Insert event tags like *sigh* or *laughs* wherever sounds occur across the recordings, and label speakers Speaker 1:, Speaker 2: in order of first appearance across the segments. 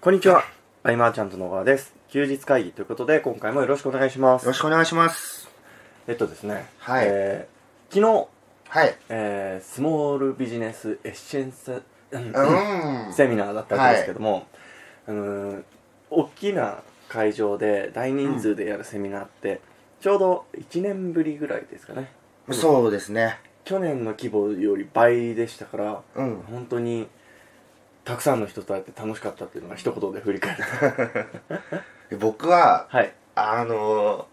Speaker 1: こんにちは。アイマーちゃんと野川です。休日会議ということで、今回もよろしくお願いしま
Speaker 2: よろ
Speaker 1: す。
Speaker 2: しくお願いします。
Speaker 1: えっとですね、
Speaker 2: はい
Speaker 1: えー昨日、
Speaker 2: はい。
Speaker 1: えースモールビジネスエッセンス、うん
Speaker 2: うん。
Speaker 1: セミナーだったわけですけども、うーん大きな会場で大人数でやるセミナーって、ちょうど1年ぶりぐらいですかね。
Speaker 2: そうですね。
Speaker 1: 去年の規模より倍でしたから、
Speaker 2: うん。
Speaker 1: 本当にたくさんの人と会って楽しかったっていうのが一言で振り返ると
Speaker 2: 僕は、
Speaker 1: はい
Speaker 2: あのー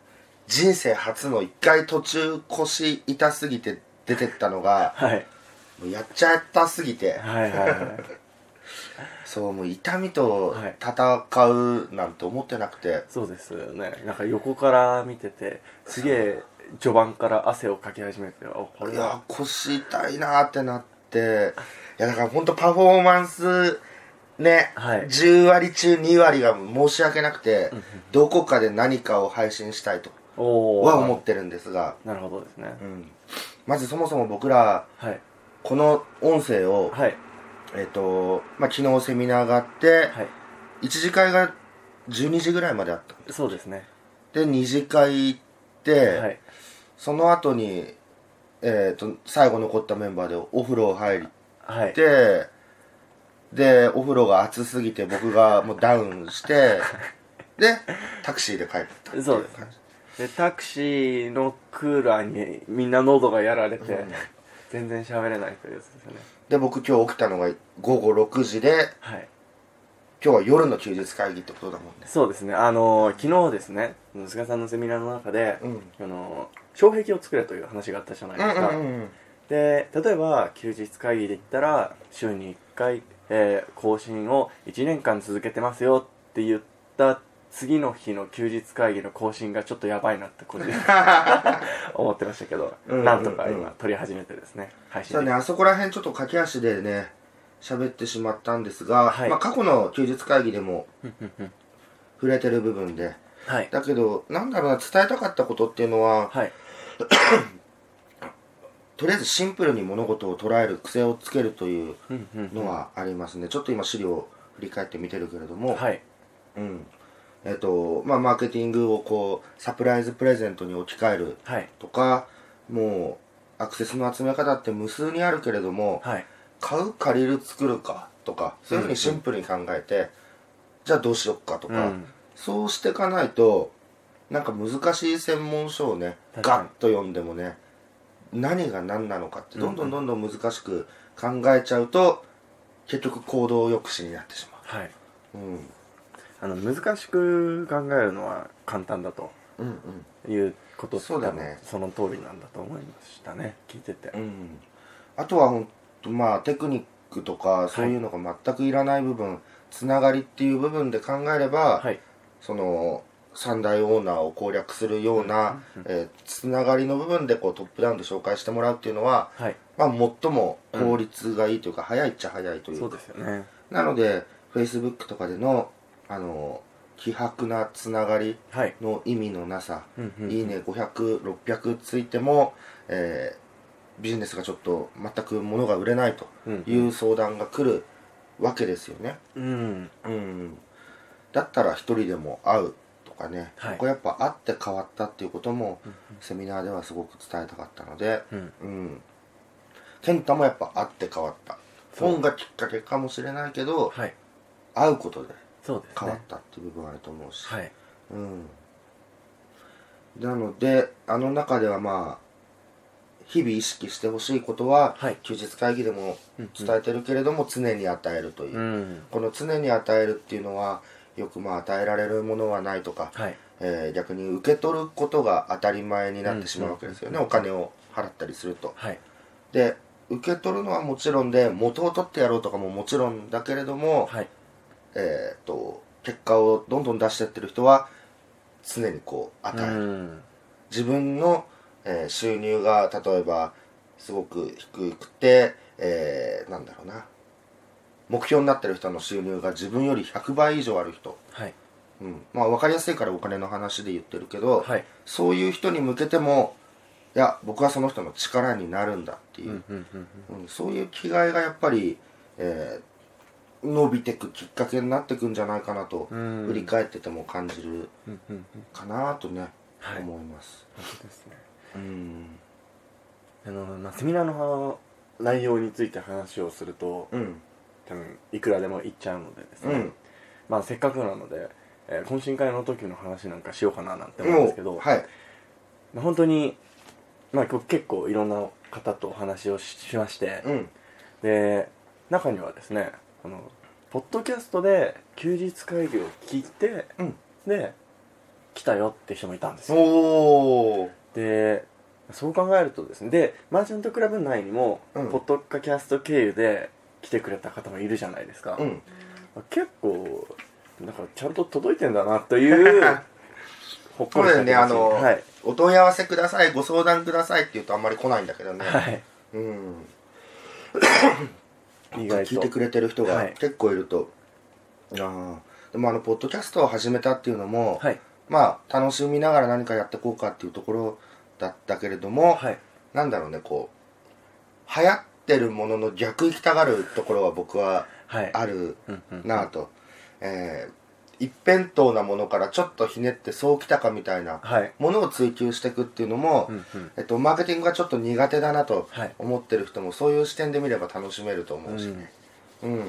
Speaker 2: 人生初の一回途中腰痛すぎて出てったのが、
Speaker 1: はい
Speaker 2: もうやっちゃったすぎて、
Speaker 1: はいはいはい
Speaker 2: そう、もう痛みと
Speaker 1: はい
Speaker 2: 戦うなんて思ってなくて、
Speaker 1: そうですよねなんか横から見ててすげえ序盤から汗をかき始めておこ
Speaker 2: い、
Speaker 1: れ
Speaker 2: や
Speaker 1: は、
Speaker 2: 腰痛いなーってなって、いや、だから本当パフォーマンス、ね、
Speaker 1: はい
Speaker 2: 10割中2割が申し訳なくて、どこかで何かを配信したいと
Speaker 1: お
Speaker 2: は思
Speaker 1: お
Speaker 2: ってるんですが、
Speaker 1: なるほどですね
Speaker 2: うんまずそもそも僕ら
Speaker 1: はい
Speaker 2: この音声を、
Speaker 1: はい
Speaker 2: えっ、と、まあ、昨日セミナーがあって、
Speaker 1: はい
Speaker 2: 一次会が12時ぐらいまであった
Speaker 1: そうですね
Speaker 2: で二次会行って、
Speaker 1: はい
Speaker 2: その後にえっ、と最後残ったメンバーでお風呂入り
Speaker 1: はい
Speaker 2: てでお風呂が熱すぎて僕がもうダウンして
Speaker 1: *laughs*
Speaker 2: でタクシーで帰ったってい
Speaker 1: そうですね
Speaker 2: 感じ
Speaker 1: でタクシーのクーラーにみんな喉がやられて、
Speaker 2: うん
Speaker 1: 全然喋れないというやつですよね
Speaker 2: で僕今日起きたのが午後6時で
Speaker 1: はい
Speaker 2: 今日は夜の休日会議ってことだもんね
Speaker 1: そうですねあの昨日ですね菅さんのセミナーの中で、
Speaker 2: うん
Speaker 1: あの障壁を作れという話があったじゃないですか、
Speaker 2: うん
Speaker 1: で例えば休日会議で言ったら週に1回、えー更新を1年間続けてますよって言った次の日の休日会議の更新がちょっとやばいなって個
Speaker 2: *laughs*
Speaker 1: 人的に思ってましたけど、
Speaker 2: うんうんうん
Speaker 1: なんとか今撮り始めてですね配信
Speaker 2: そう
Speaker 1: で
Speaker 2: ね、あそこら辺ちょっと駆け足でね、喋ってしまったんですが、
Speaker 1: はい
Speaker 2: まあ過去の休日会議でも触れてる部分で、
Speaker 1: はい
Speaker 2: だけど、なんだろうな、伝えたかったことっていうのは、
Speaker 1: はい
Speaker 2: とりあえずシンプルに物事を捉える癖をつけるという
Speaker 1: うんうん
Speaker 2: のはありますね。ちょっと今資料を振り返って見てるけれども、
Speaker 1: はい
Speaker 2: うん。えっ、と、まあマーケティングをこう、サプライズプレゼントに置き換える
Speaker 1: はい
Speaker 2: とか、もう、アクセスの集め方って無数にあるけれども、
Speaker 1: はい
Speaker 2: 買う借りる作るかとかそういうふうにシンプルに考えて、じゃあどうしよっかと
Speaker 1: う
Speaker 2: か、
Speaker 1: ん
Speaker 2: そうしていかないとなんか難しい専門書をね
Speaker 1: 確かに
Speaker 2: ガッと読んでもね何が何なのかってどんどんどんどん難しく考えちゃうと、結局行動抑止になってしま、
Speaker 1: はいう
Speaker 2: うん、
Speaker 1: あの難しく考えるのは簡単だと
Speaker 2: うん
Speaker 1: いうこと
Speaker 2: そうだね
Speaker 1: その通りなんだと思いましたね聞いてて
Speaker 2: うんうんあとはほんとまあテクニックとかそういうのが全くいらない部分、つながりっていう部分で考えれば、
Speaker 1: はい
Speaker 2: その三大オーナーを攻略するような、えーつながりの部分でこうトップダウンで紹介してもらうっていうのは、
Speaker 1: はい
Speaker 2: まあ、最も効率がいいというか、早いっちゃ早いとい
Speaker 1: そううですよね
Speaker 2: なので Facebook とかでのあの希薄なつながり
Speaker 1: はい
Speaker 2: の意味のなさ「
Speaker 1: うんうんうん
Speaker 2: いいね500600」ついても、えービジネスがちょっと全く物が売れないという相談が来るわけですよね。
Speaker 1: うん
Speaker 2: うん、だったら一人でも会うとかね、
Speaker 1: はい
Speaker 2: これやっぱ会って変わったっていうこともセミナーではすごく伝えたかったので、
Speaker 1: うん
Speaker 2: うん、健太もやっぱ会って変わった
Speaker 1: そう
Speaker 2: 本がきっかけかもしれないけど
Speaker 1: はい
Speaker 2: 会うことで
Speaker 1: そうです
Speaker 2: 変わっ
Speaker 1: ね
Speaker 2: たっていう部分はあると思うし、
Speaker 1: はい
Speaker 2: うん、なのであの中ではまあ日々意識してほしいことは、
Speaker 1: はい
Speaker 2: 休日会議でも伝えてるけれども常に与えるという
Speaker 1: う、ん
Speaker 2: この常に与えるっていうのはよくまあ与えられるものはないとか、
Speaker 1: はい
Speaker 2: えー逆に受け取ることが当たり前になってしまうわけですよね、お金を払ったりすると。
Speaker 1: はい
Speaker 2: で受け取るのはもちろんで元を取ってやろうとかももちろんだけれども、
Speaker 1: はい
Speaker 2: えー、と結果をどんどん出してってる人は常にこう与え
Speaker 1: う
Speaker 2: る、
Speaker 1: ん
Speaker 2: 自分の、えー収入が例えばすごく低くて、えーなんだろうな目標になってる人の収入が自分より100倍以上ある人、
Speaker 1: はい
Speaker 2: うんまあ、分かりやすいからお金の話で言ってるけど、
Speaker 1: はい
Speaker 2: そういう人に向けてもいや僕はその人の力になるんだっていう
Speaker 1: う、んうんうん
Speaker 2: うんそういう気概がやっぱり、えー伸びてくきっかけになってくんじゃないかなと、
Speaker 1: うん
Speaker 2: 振り返ってても感じる
Speaker 1: うんうん
Speaker 2: かなとね、
Speaker 1: はい
Speaker 2: 思います。
Speaker 1: そうですね
Speaker 2: うん、
Speaker 1: あの、まあ、セミナーの内容について話をすると
Speaker 2: うん、
Speaker 1: 多分いくらでもいっちゃうのでです
Speaker 2: う
Speaker 1: ね、
Speaker 2: ん、
Speaker 1: まあせっかくなので、えー懇親会の時の話なんかしようかななんて思うん
Speaker 2: も
Speaker 1: ですけど、
Speaker 2: う、はい、
Speaker 1: まあ本当に、まあ、結構いろんな方とお話をししまして、
Speaker 2: うん、
Speaker 1: で中にはですねあのポッドキャストで休日会議を聞いて、
Speaker 2: うん
Speaker 1: で来たよって人もいたんですよ
Speaker 2: おー、
Speaker 1: でそう考えるとですねでマーチャントクラブ内にも、
Speaker 2: うん
Speaker 1: ポッドキャスト経由で来てくれた方もいるじゃないですか、
Speaker 2: うん、
Speaker 1: 結構なんかちゃんと届いてんだなという
Speaker 2: *laughs*
Speaker 1: ほっこりした気持ちに
Speaker 2: そうだよねあの
Speaker 1: はい
Speaker 2: お問い合わせください、ご相談くださいって言うとあんまり来ないんだけどね。
Speaker 1: はい
Speaker 2: うん、
Speaker 1: 意外と
Speaker 2: 聞いてくれてる人
Speaker 1: は
Speaker 2: が
Speaker 1: い
Speaker 2: 結構いると、ああでもあのポッドキャストを始めたっていうのも、
Speaker 1: はい
Speaker 2: まあ楽しみながら何かやっていこうかっていうところだったけれども、
Speaker 1: はい
Speaker 2: なんだろうねこう流行ってるものの逆行きたがるところは僕は
Speaker 1: はい
Speaker 2: ある
Speaker 1: うんうん
Speaker 2: なぁと、えー一辺倒なものからちょっとひねってそうきたかみたいな
Speaker 1: はい
Speaker 2: ものを追求していくっていうのも、
Speaker 1: うんうん
Speaker 2: えっと、マーケティングがちょっと苦手だなと
Speaker 1: はい
Speaker 2: 思ってる人もそういう視点で見れば楽しめると思うしねうん、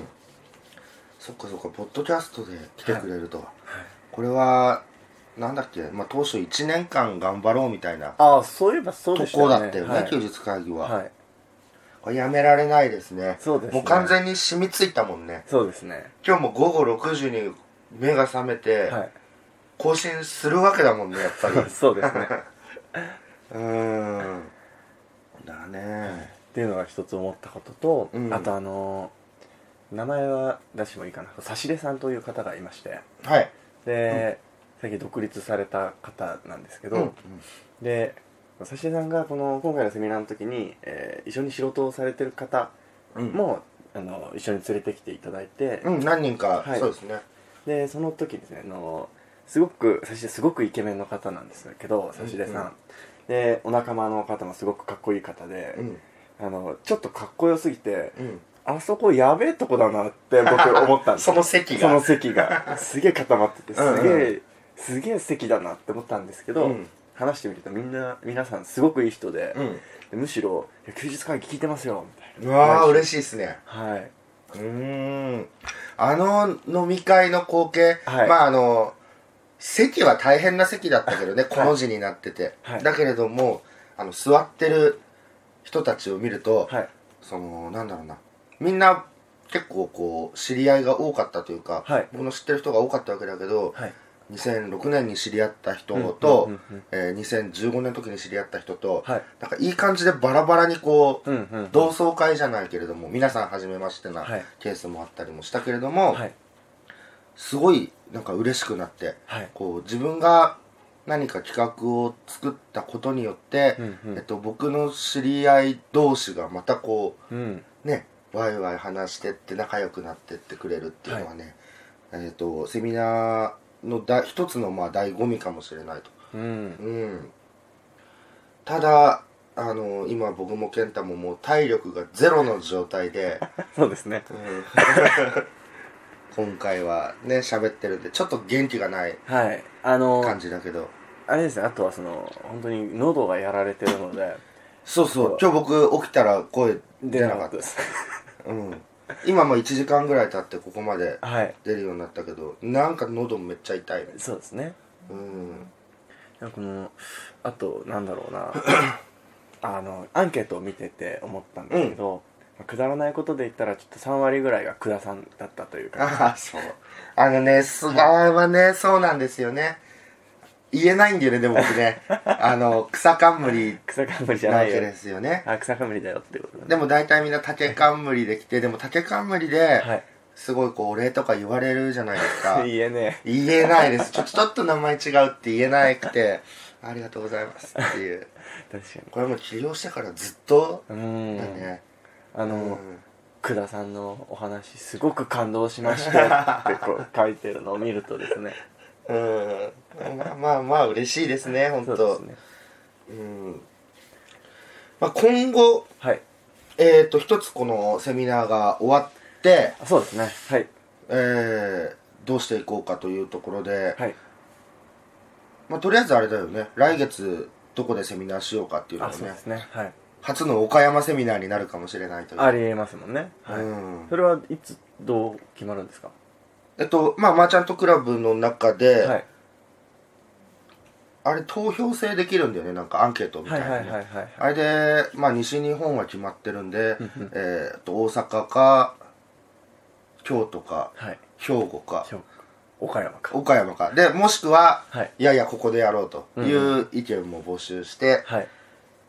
Speaker 2: そっかそっかポッドキャストで来てくれるとは、これはなんだっけ、まあ、当初1年間頑張ろうみたいな
Speaker 1: ああそういえばそう
Speaker 2: と
Speaker 1: でした
Speaker 2: こ
Speaker 1: よね
Speaker 2: だったよね
Speaker 1: はい
Speaker 2: 休日会議は、
Speaker 1: はい
Speaker 2: これやめられないですね
Speaker 1: そうですね
Speaker 2: もう完全に染みついたもんね
Speaker 1: そうですね
Speaker 2: 今日も午後6時に目が覚めて
Speaker 1: はい
Speaker 2: *laughs* 更新するわけだもんねやっぱり
Speaker 1: そうですね
Speaker 2: うーんだね
Speaker 1: っていうのが一つ思ったことと、
Speaker 2: うん
Speaker 1: あとあの名前は出してもいいかな差し出さんという方がいまして
Speaker 2: はい
Speaker 1: で、最近独立された方なんですけど、
Speaker 2: うん
Speaker 1: で差し出さんがこの今回のセミナーの時に、えー一緒に仕事をされてる方
Speaker 2: うん
Speaker 1: も、あの一緒に連れてきていただいて、
Speaker 2: うん、何人か、
Speaker 1: はい
Speaker 2: そうですね。
Speaker 1: でその時にですねあのすごく差し出すごくイケメンの方なんですけど差し出さん、
Speaker 2: うんうん
Speaker 1: でお仲間の方もすごくかっこいい方で、
Speaker 2: うん、
Speaker 1: あのちょっとかっこよすぎて
Speaker 2: うん、
Speaker 1: あそこやべえとこだなって僕思ったんです
Speaker 2: その席が
Speaker 1: *laughs* その席がすげえ固まっててすげえ、
Speaker 2: うんう
Speaker 1: すげえ席だなって思ったんですけど、
Speaker 2: うん
Speaker 1: 話してみるとみんな皆さんすごくいい人で
Speaker 2: う、ん。
Speaker 1: でむしろいや休日会議聞いてますよ」みたいうな
Speaker 2: わあ、嬉
Speaker 1: しい
Speaker 2: しいですね。
Speaker 1: はい、
Speaker 2: うーん。あの飲み会の光景、
Speaker 1: はい
Speaker 2: まああの、席は大変な席だっ
Speaker 1: *laughs*
Speaker 2: たけどね、この字になってて。
Speaker 1: はい
Speaker 2: だけれども、あの、座ってる人たちを見ると、
Speaker 1: はい、
Speaker 2: その、なんだろうな。みんな、結構こう、知り合いが多かったというか、
Speaker 1: はい
Speaker 2: 僕の知ってる人が多かったわけだけど、
Speaker 1: はい
Speaker 2: 2006年に知り合った人と
Speaker 1: うんうんうんうん、
Speaker 2: えー2015年の時に知り合った人と、
Speaker 1: はい
Speaker 2: なんかいい感じでバラバラにこう、
Speaker 1: うんうんうん
Speaker 2: 同窓会じゃないけれども皆さん初めましてな
Speaker 1: はい
Speaker 2: ケースもあったりもしたけれども、
Speaker 1: はい
Speaker 2: すごいなんか嬉しくなって、
Speaker 1: はい
Speaker 2: こう自分が何か企画を作ったことによって、
Speaker 1: うんうん
Speaker 2: えっと、僕の知り合い同士がまたこ
Speaker 1: うん
Speaker 2: うねワイワイ話してって仲良くなってってくれるっていうのはね、えっとセミナーのだ一つのまあ醍醐味かもしれないと
Speaker 1: うん
Speaker 2: うん、ただあの今僕も健太ももう体力がゼロの状態で、
Speaker 1: そうですね
Speaker 2: *laughs* 今回はね喋ってるんでちょっと元気がない
Speaker 1: はいあの
Speaker 2: 感じだけど
Speaker 1: あれですねあとはその本当に喉がやられてるので
Speaker 2: そうそう今日僕起きたら声
Speaker 1: 出
Speaker 2: 出
Speaker 1: な
Speaker 2: な
Speaker 1: か
Speaker 2: か
Speaker 1: っ
Speaker 2: ったた
Speaker 1: です
Speaker 2: うん、今も1時間ぐらい経ってここまで
Speaker 1: はい
Speaker 2: 出るようになったけどなんか喉めっちゃ痛い
Speaker 1: そうですね
Speaker 2: うん
Speaker 1: なんかこのあとなんだろうな *clears throat* あのアンケートを見てて思ったんですけど、まあくだらないことで言ったらちょっと3割ぐらいがくださんだったというか
Speaker 2: *laughs* ああそうあのね菅はねそうなんですよね言えないんだよねでも僕ねあの草冠
Speaker 1: 草冠じゃ
Speaker 2: なわ
Speaker 1: ない
Speaker 2: け
Speaker 1: よ
Speaker 2: ですよね
Speaker 1: あ草冠だよっていうことね
Speaker 2: でも大体みんな竹冠で来てでも竹冠で
Speaker 1: はい
Speaker 2: すごいこうお礼とか言われるじゃないで
Speaker 1: *laughs*
Speaker 2: すか
Speaker 1: 言えね
Speaker 2: 言えないですちょちょっと名前違うって言えなくてありがとうございますっていう
Speaker 1: え確か
Speaker 2: これもう起業してからずっと
Speaker 1: にうーん
Speaker 2: だね
Speaker 1: あの、
Speaker 2: うん
Speaker 1: くださんのお話すごく感動しま
Speaker 2: *laughs*
Speaker 1: したってこう書いてるのを見るとですね
Speaker 2: うんまあまあまあ嬉しいですね本
Speaker 1: そう
Speaker 2: 当
Speaker 1: ですね
Speaker 2: うんまあ、今後、
Speaker 1: はい
Speaker 2: えー、と一つこのセミナーが終わっって、
Speaker 1: そうですねはい
Speaker 2: えーどうしていこうかというところで、
Speaker 1: はい
Speaker 2: まあ、とりあえずあれだよね来月どこでセミナーしようかっていうの
Speaker 1: あ
Speaker 2: が
Speaker 1: そう
Speaker 2: ね
Speaker 1: ですねはい
Speaker 2: 初の岡山セミナーになるかもしれないという
Speaker 1: ありえますもんねはい、
Speaker 2: うん
Speaker 1: それはいつどう決まるんですか
Speaker 2: えっとまあマーチャントクラブの中で、
Speaker 1: はい
Speaker 2: あれ投票制できるんだよねなんかアンケートみた
Speaker 1: はいい
Speaker 2: な
Speaker 1: は
Speaker 2: ね、
Speaker 1: いはいはいはい
Speaker 2: あれで、まあ、西日本は決まってるんで
Speaker 1: うんうん、
Speaker 2: えーっと大阪か京都か
Speaker 1: はい
Speaker 2: 兵庫か
Speaker 1: 今日岡山か
Speaker 2: 岡山かでもしくは、
Speaker 1: はい
Speaker 2: いやいやここでやろうという意見も募集して、
Speaker 1: はい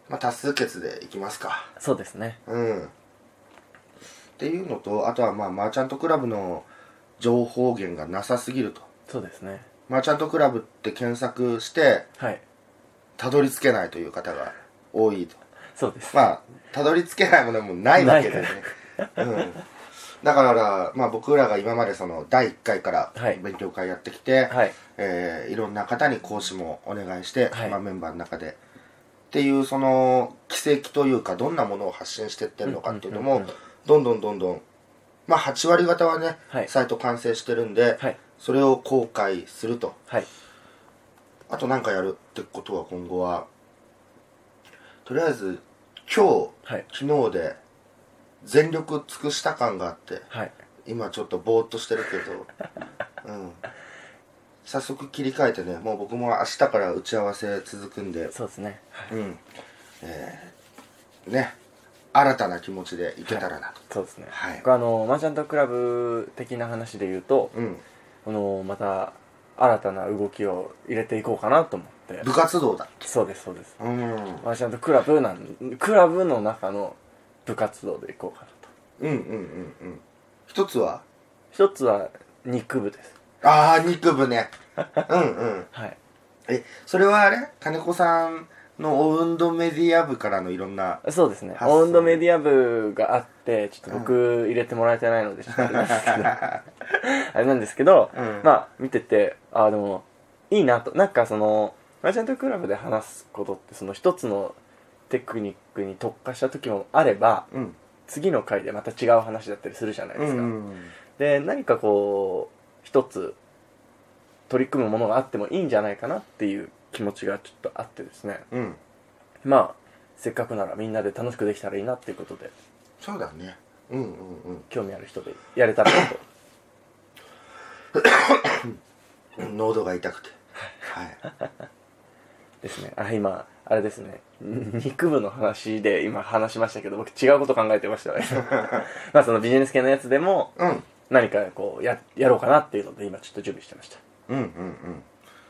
Speaker 2: まあ、多数決でいきますか
Speaker 1: そうですね
Speaker 2: うんっていうのとあとはまあマーチャントクラブの情報源がなさすぎると
Speaker 1: そうですね
Speaker 2: マーチャントクラブって検索して
Speaker 1: はい
Speaker 2: たどり着けないという方が多いと
Speaker 1: そうです
Speaker 2: まあたどり着けないものもないわけだよね、うん、だから、まあ、僕らが今までその第1回から
Speaker 1: はい
Speaker 2: 勉強会やってきて、
Speaker 1: はい
Speaker 2: えーいろんな方に講師もお願いして、
Speaker 1: はい
Speaker 2: まあ、メンバーの中でっていうその奇跡というかどんなものを発信してってるのかっていうの
Speaker 1: うん
Speaker 2: も
Speaker 1: うんうんうん
Speaker 2: どんどんどんどんまあ8割方はね、
Speaker 1: はい
Speaker 2: サイト完成してるんで、
Speaker 1: はい
Speaker 2: それを公開すると
Speaker 1: はい
Speaker 2: あと何かやるってことは今後はとりあえず今
Speaker 1: はい
Speaker 2: 日昨日で全力尽くした感があって
Speaker 1: はい
Speaker 2: 今ちょっとぼーっとしてるけ
Speaker 1: *laughs*
Speaker 2: どうん早速切り替えてねもう僕も明日から打ち合わせ続くんで
Speaker 1: そうですねはい
Speaker 2: うんえーね新たな気持ちでいけたらなと、
Speaker 1: そうですね、
Speaker 2: はい
Speaker 1: 僕あのマーチャントクラブ的な話で言うと、
Speaker 2: うん
Speaker 1: あのまた新たな動きを入れていこうかなと思って
Speaker 2: 部活動だ
Speaker 1: そうですそうです
Speaker 2: うん
Speaker 1: マーチャントクラブなんクラブの中の部活動でいこうかなと
Speaker 2: うんうんうんうん一つは
Speaker 1: 一つは肉部です
Speaker 2: ああ肉
Speaker 1: *laughs*
Speaker 2: 部ねうんうん
Speaker 1: はい
Speaker 2: えそれはあれ金子さんのオウンドメディア部からのいろんな
Speaker 1: そうですね
Speaker 2: 発想
Speaker 1: オウンドメディア部があってちょっと僕入れてもらえてないのでちょっとあれなんですけどあれなんですけど、
Speaker 2: うん
Speaker 1: ま *laughs* あ見ててあでもいいなとなんかそのマーチャントクラブで話すことってその一つのテクニックに特化した時もあれば
Speaker 2: うん
Speaker 1: 次の回でまた違う話だったりするじゃないで
Speaker 2: う
Speaker 1: すか、
Speaker 2: んうん
Speaker 1: で何かこう一つ取り組むものがあってもいいんじゃないかなっていう気持ちがちょっとあってですね
Speaker 2: うん
Speaker 1: まあせっかくならみんなで楽しくできたらいいなっていうことで
Speaker 2: そうだねうんうんうん
Speaker 1: 興味ある人でやれたらなと
Speaker 2: 喉が痛くてはい
Speaker 1: ですねあ今あれです *laughs* ねん肉部の話で今話しましたけど僕違うこと考えてましたね *laughs* まあそのビジネス系のやつでも
Speaker 2: うん
Speaker 1: 何かこうややろうかなっていうので今ちょっと準備してました
Speaker 2: うんうんうん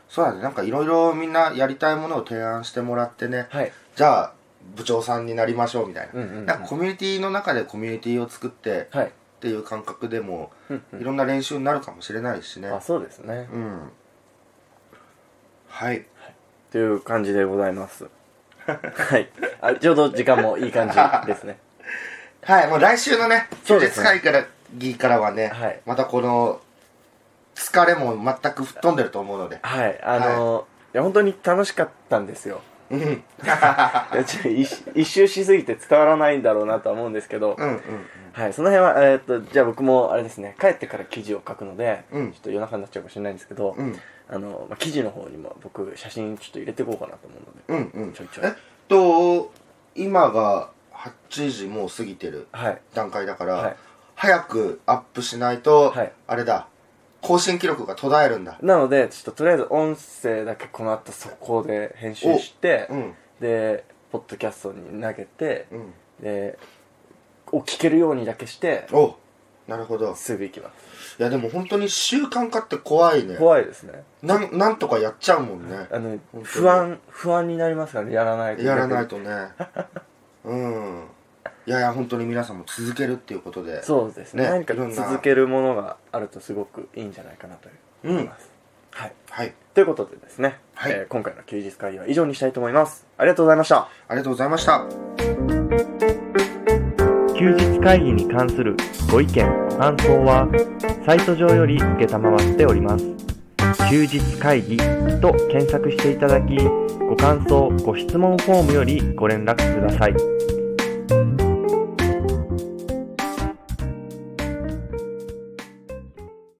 Speaker 2: そうだねなんかいろいろみんなやりたいものを提案してもらってね、
Speaker 1: はい
Speaker 2: じゃあ部長さんになりましょうみたいな,、
Speaker 1: うんうんうん
Speaker 2: なんかコミュニティの中でコミュニティを作ってっ
Speaker 1: はい
Speaker 2: ていう感覚でも
Speaker 1: うんう
Speaker 2: いろんな練習になるかもしれないしね
Speaker 1: んあそうですね
Speaker 2: うんはい
Speaker 1: という感じでございますはいあちょうど時間もいい感じですね
Speaker 2: はいもう来週のね
Speaker 1: そう
Speaker 2: 休
Speaker 1: で
Speaker 2: 日
Speaker 1: すね
Speaker 2: 会から議からはね、
Speaker 1: はい
Speaker 2: またこの疲れも全く吹っ飛んでると思うので
Speaker 1: *laughs* はいあのーい、や本当に楽しかったんですよ
Speaker 2: うんうん
Speaker 1: いやちょっと一一周しすぎて伝わらないんだろうなとは思うんですけど、
Speaker 2: うん
Speaker 1: はい、その辺は、えーっとじゃあ僕もあれですね帰ってから記事を書くので、
Speaker 2: うん
Speaker 1: ちょっと夜中になっちゃうかもしれないんですけど、
Speaker 2: うん
Speaker 1: あのまあ、記事の方にも僕写真ちょっと入れていこうかなと思うので、
Speaker 2: うんうん
Speaker 1: ちょいちょい
Speaker 2: えっと今が8時もう過ぎてる
Speaker 1: はい
Speaker 2: 段階だから、
Speaker 1: はい
Speaker 2: 早くアップしないと、
Speaker 1: はい
Speaker 2: あれだ更新記録が途絶えるんだ
Speaker 1: なのでちょっととりあえず音声だけこの後速攻で編集して、
Speaker 2: うん
Speaker 1: でポッドキャストに投げて、
Speaker 2: うん
Speaker 1: でを聞けるようにだけして
Speaker 2: おなるほど
Speaker 1: すぐ行きます
Speaker 2: いやでも本当に習慣化って怖いね
Speaker 1: 怖いですね
Speaker 2: なんなんとかやっちゃうもんね
Speaker 1: あの
Speaker 2: 当に
Speaker 1: 不安不安になりますからねやらないと
Speaker 2: やらないとねうんいやいや本当に皆さんも続けるっていうことで
Speaker 1: そうですね
Speaker 2: ね
Speaker 1: 何か
Speaker 2: いろんな
Speaker 1: 続けるものがあるとすごくいいんじゃないかなと
Speaker 2: うん
Speaker 1: 思います、はい
Speaker 2: はい
Speaker 1: ということでですね、
Speaker 2: はい
Speaker 1: えー今回の休日会議は以上にしたいと思いますありがとうございました
Speaker 2: ありがとうございました
Speaker 1: 休日会議に関するご意見ご感想はサイト上より承っております休日会議と検索していただきご感想ご質問フォームよりご連絡ください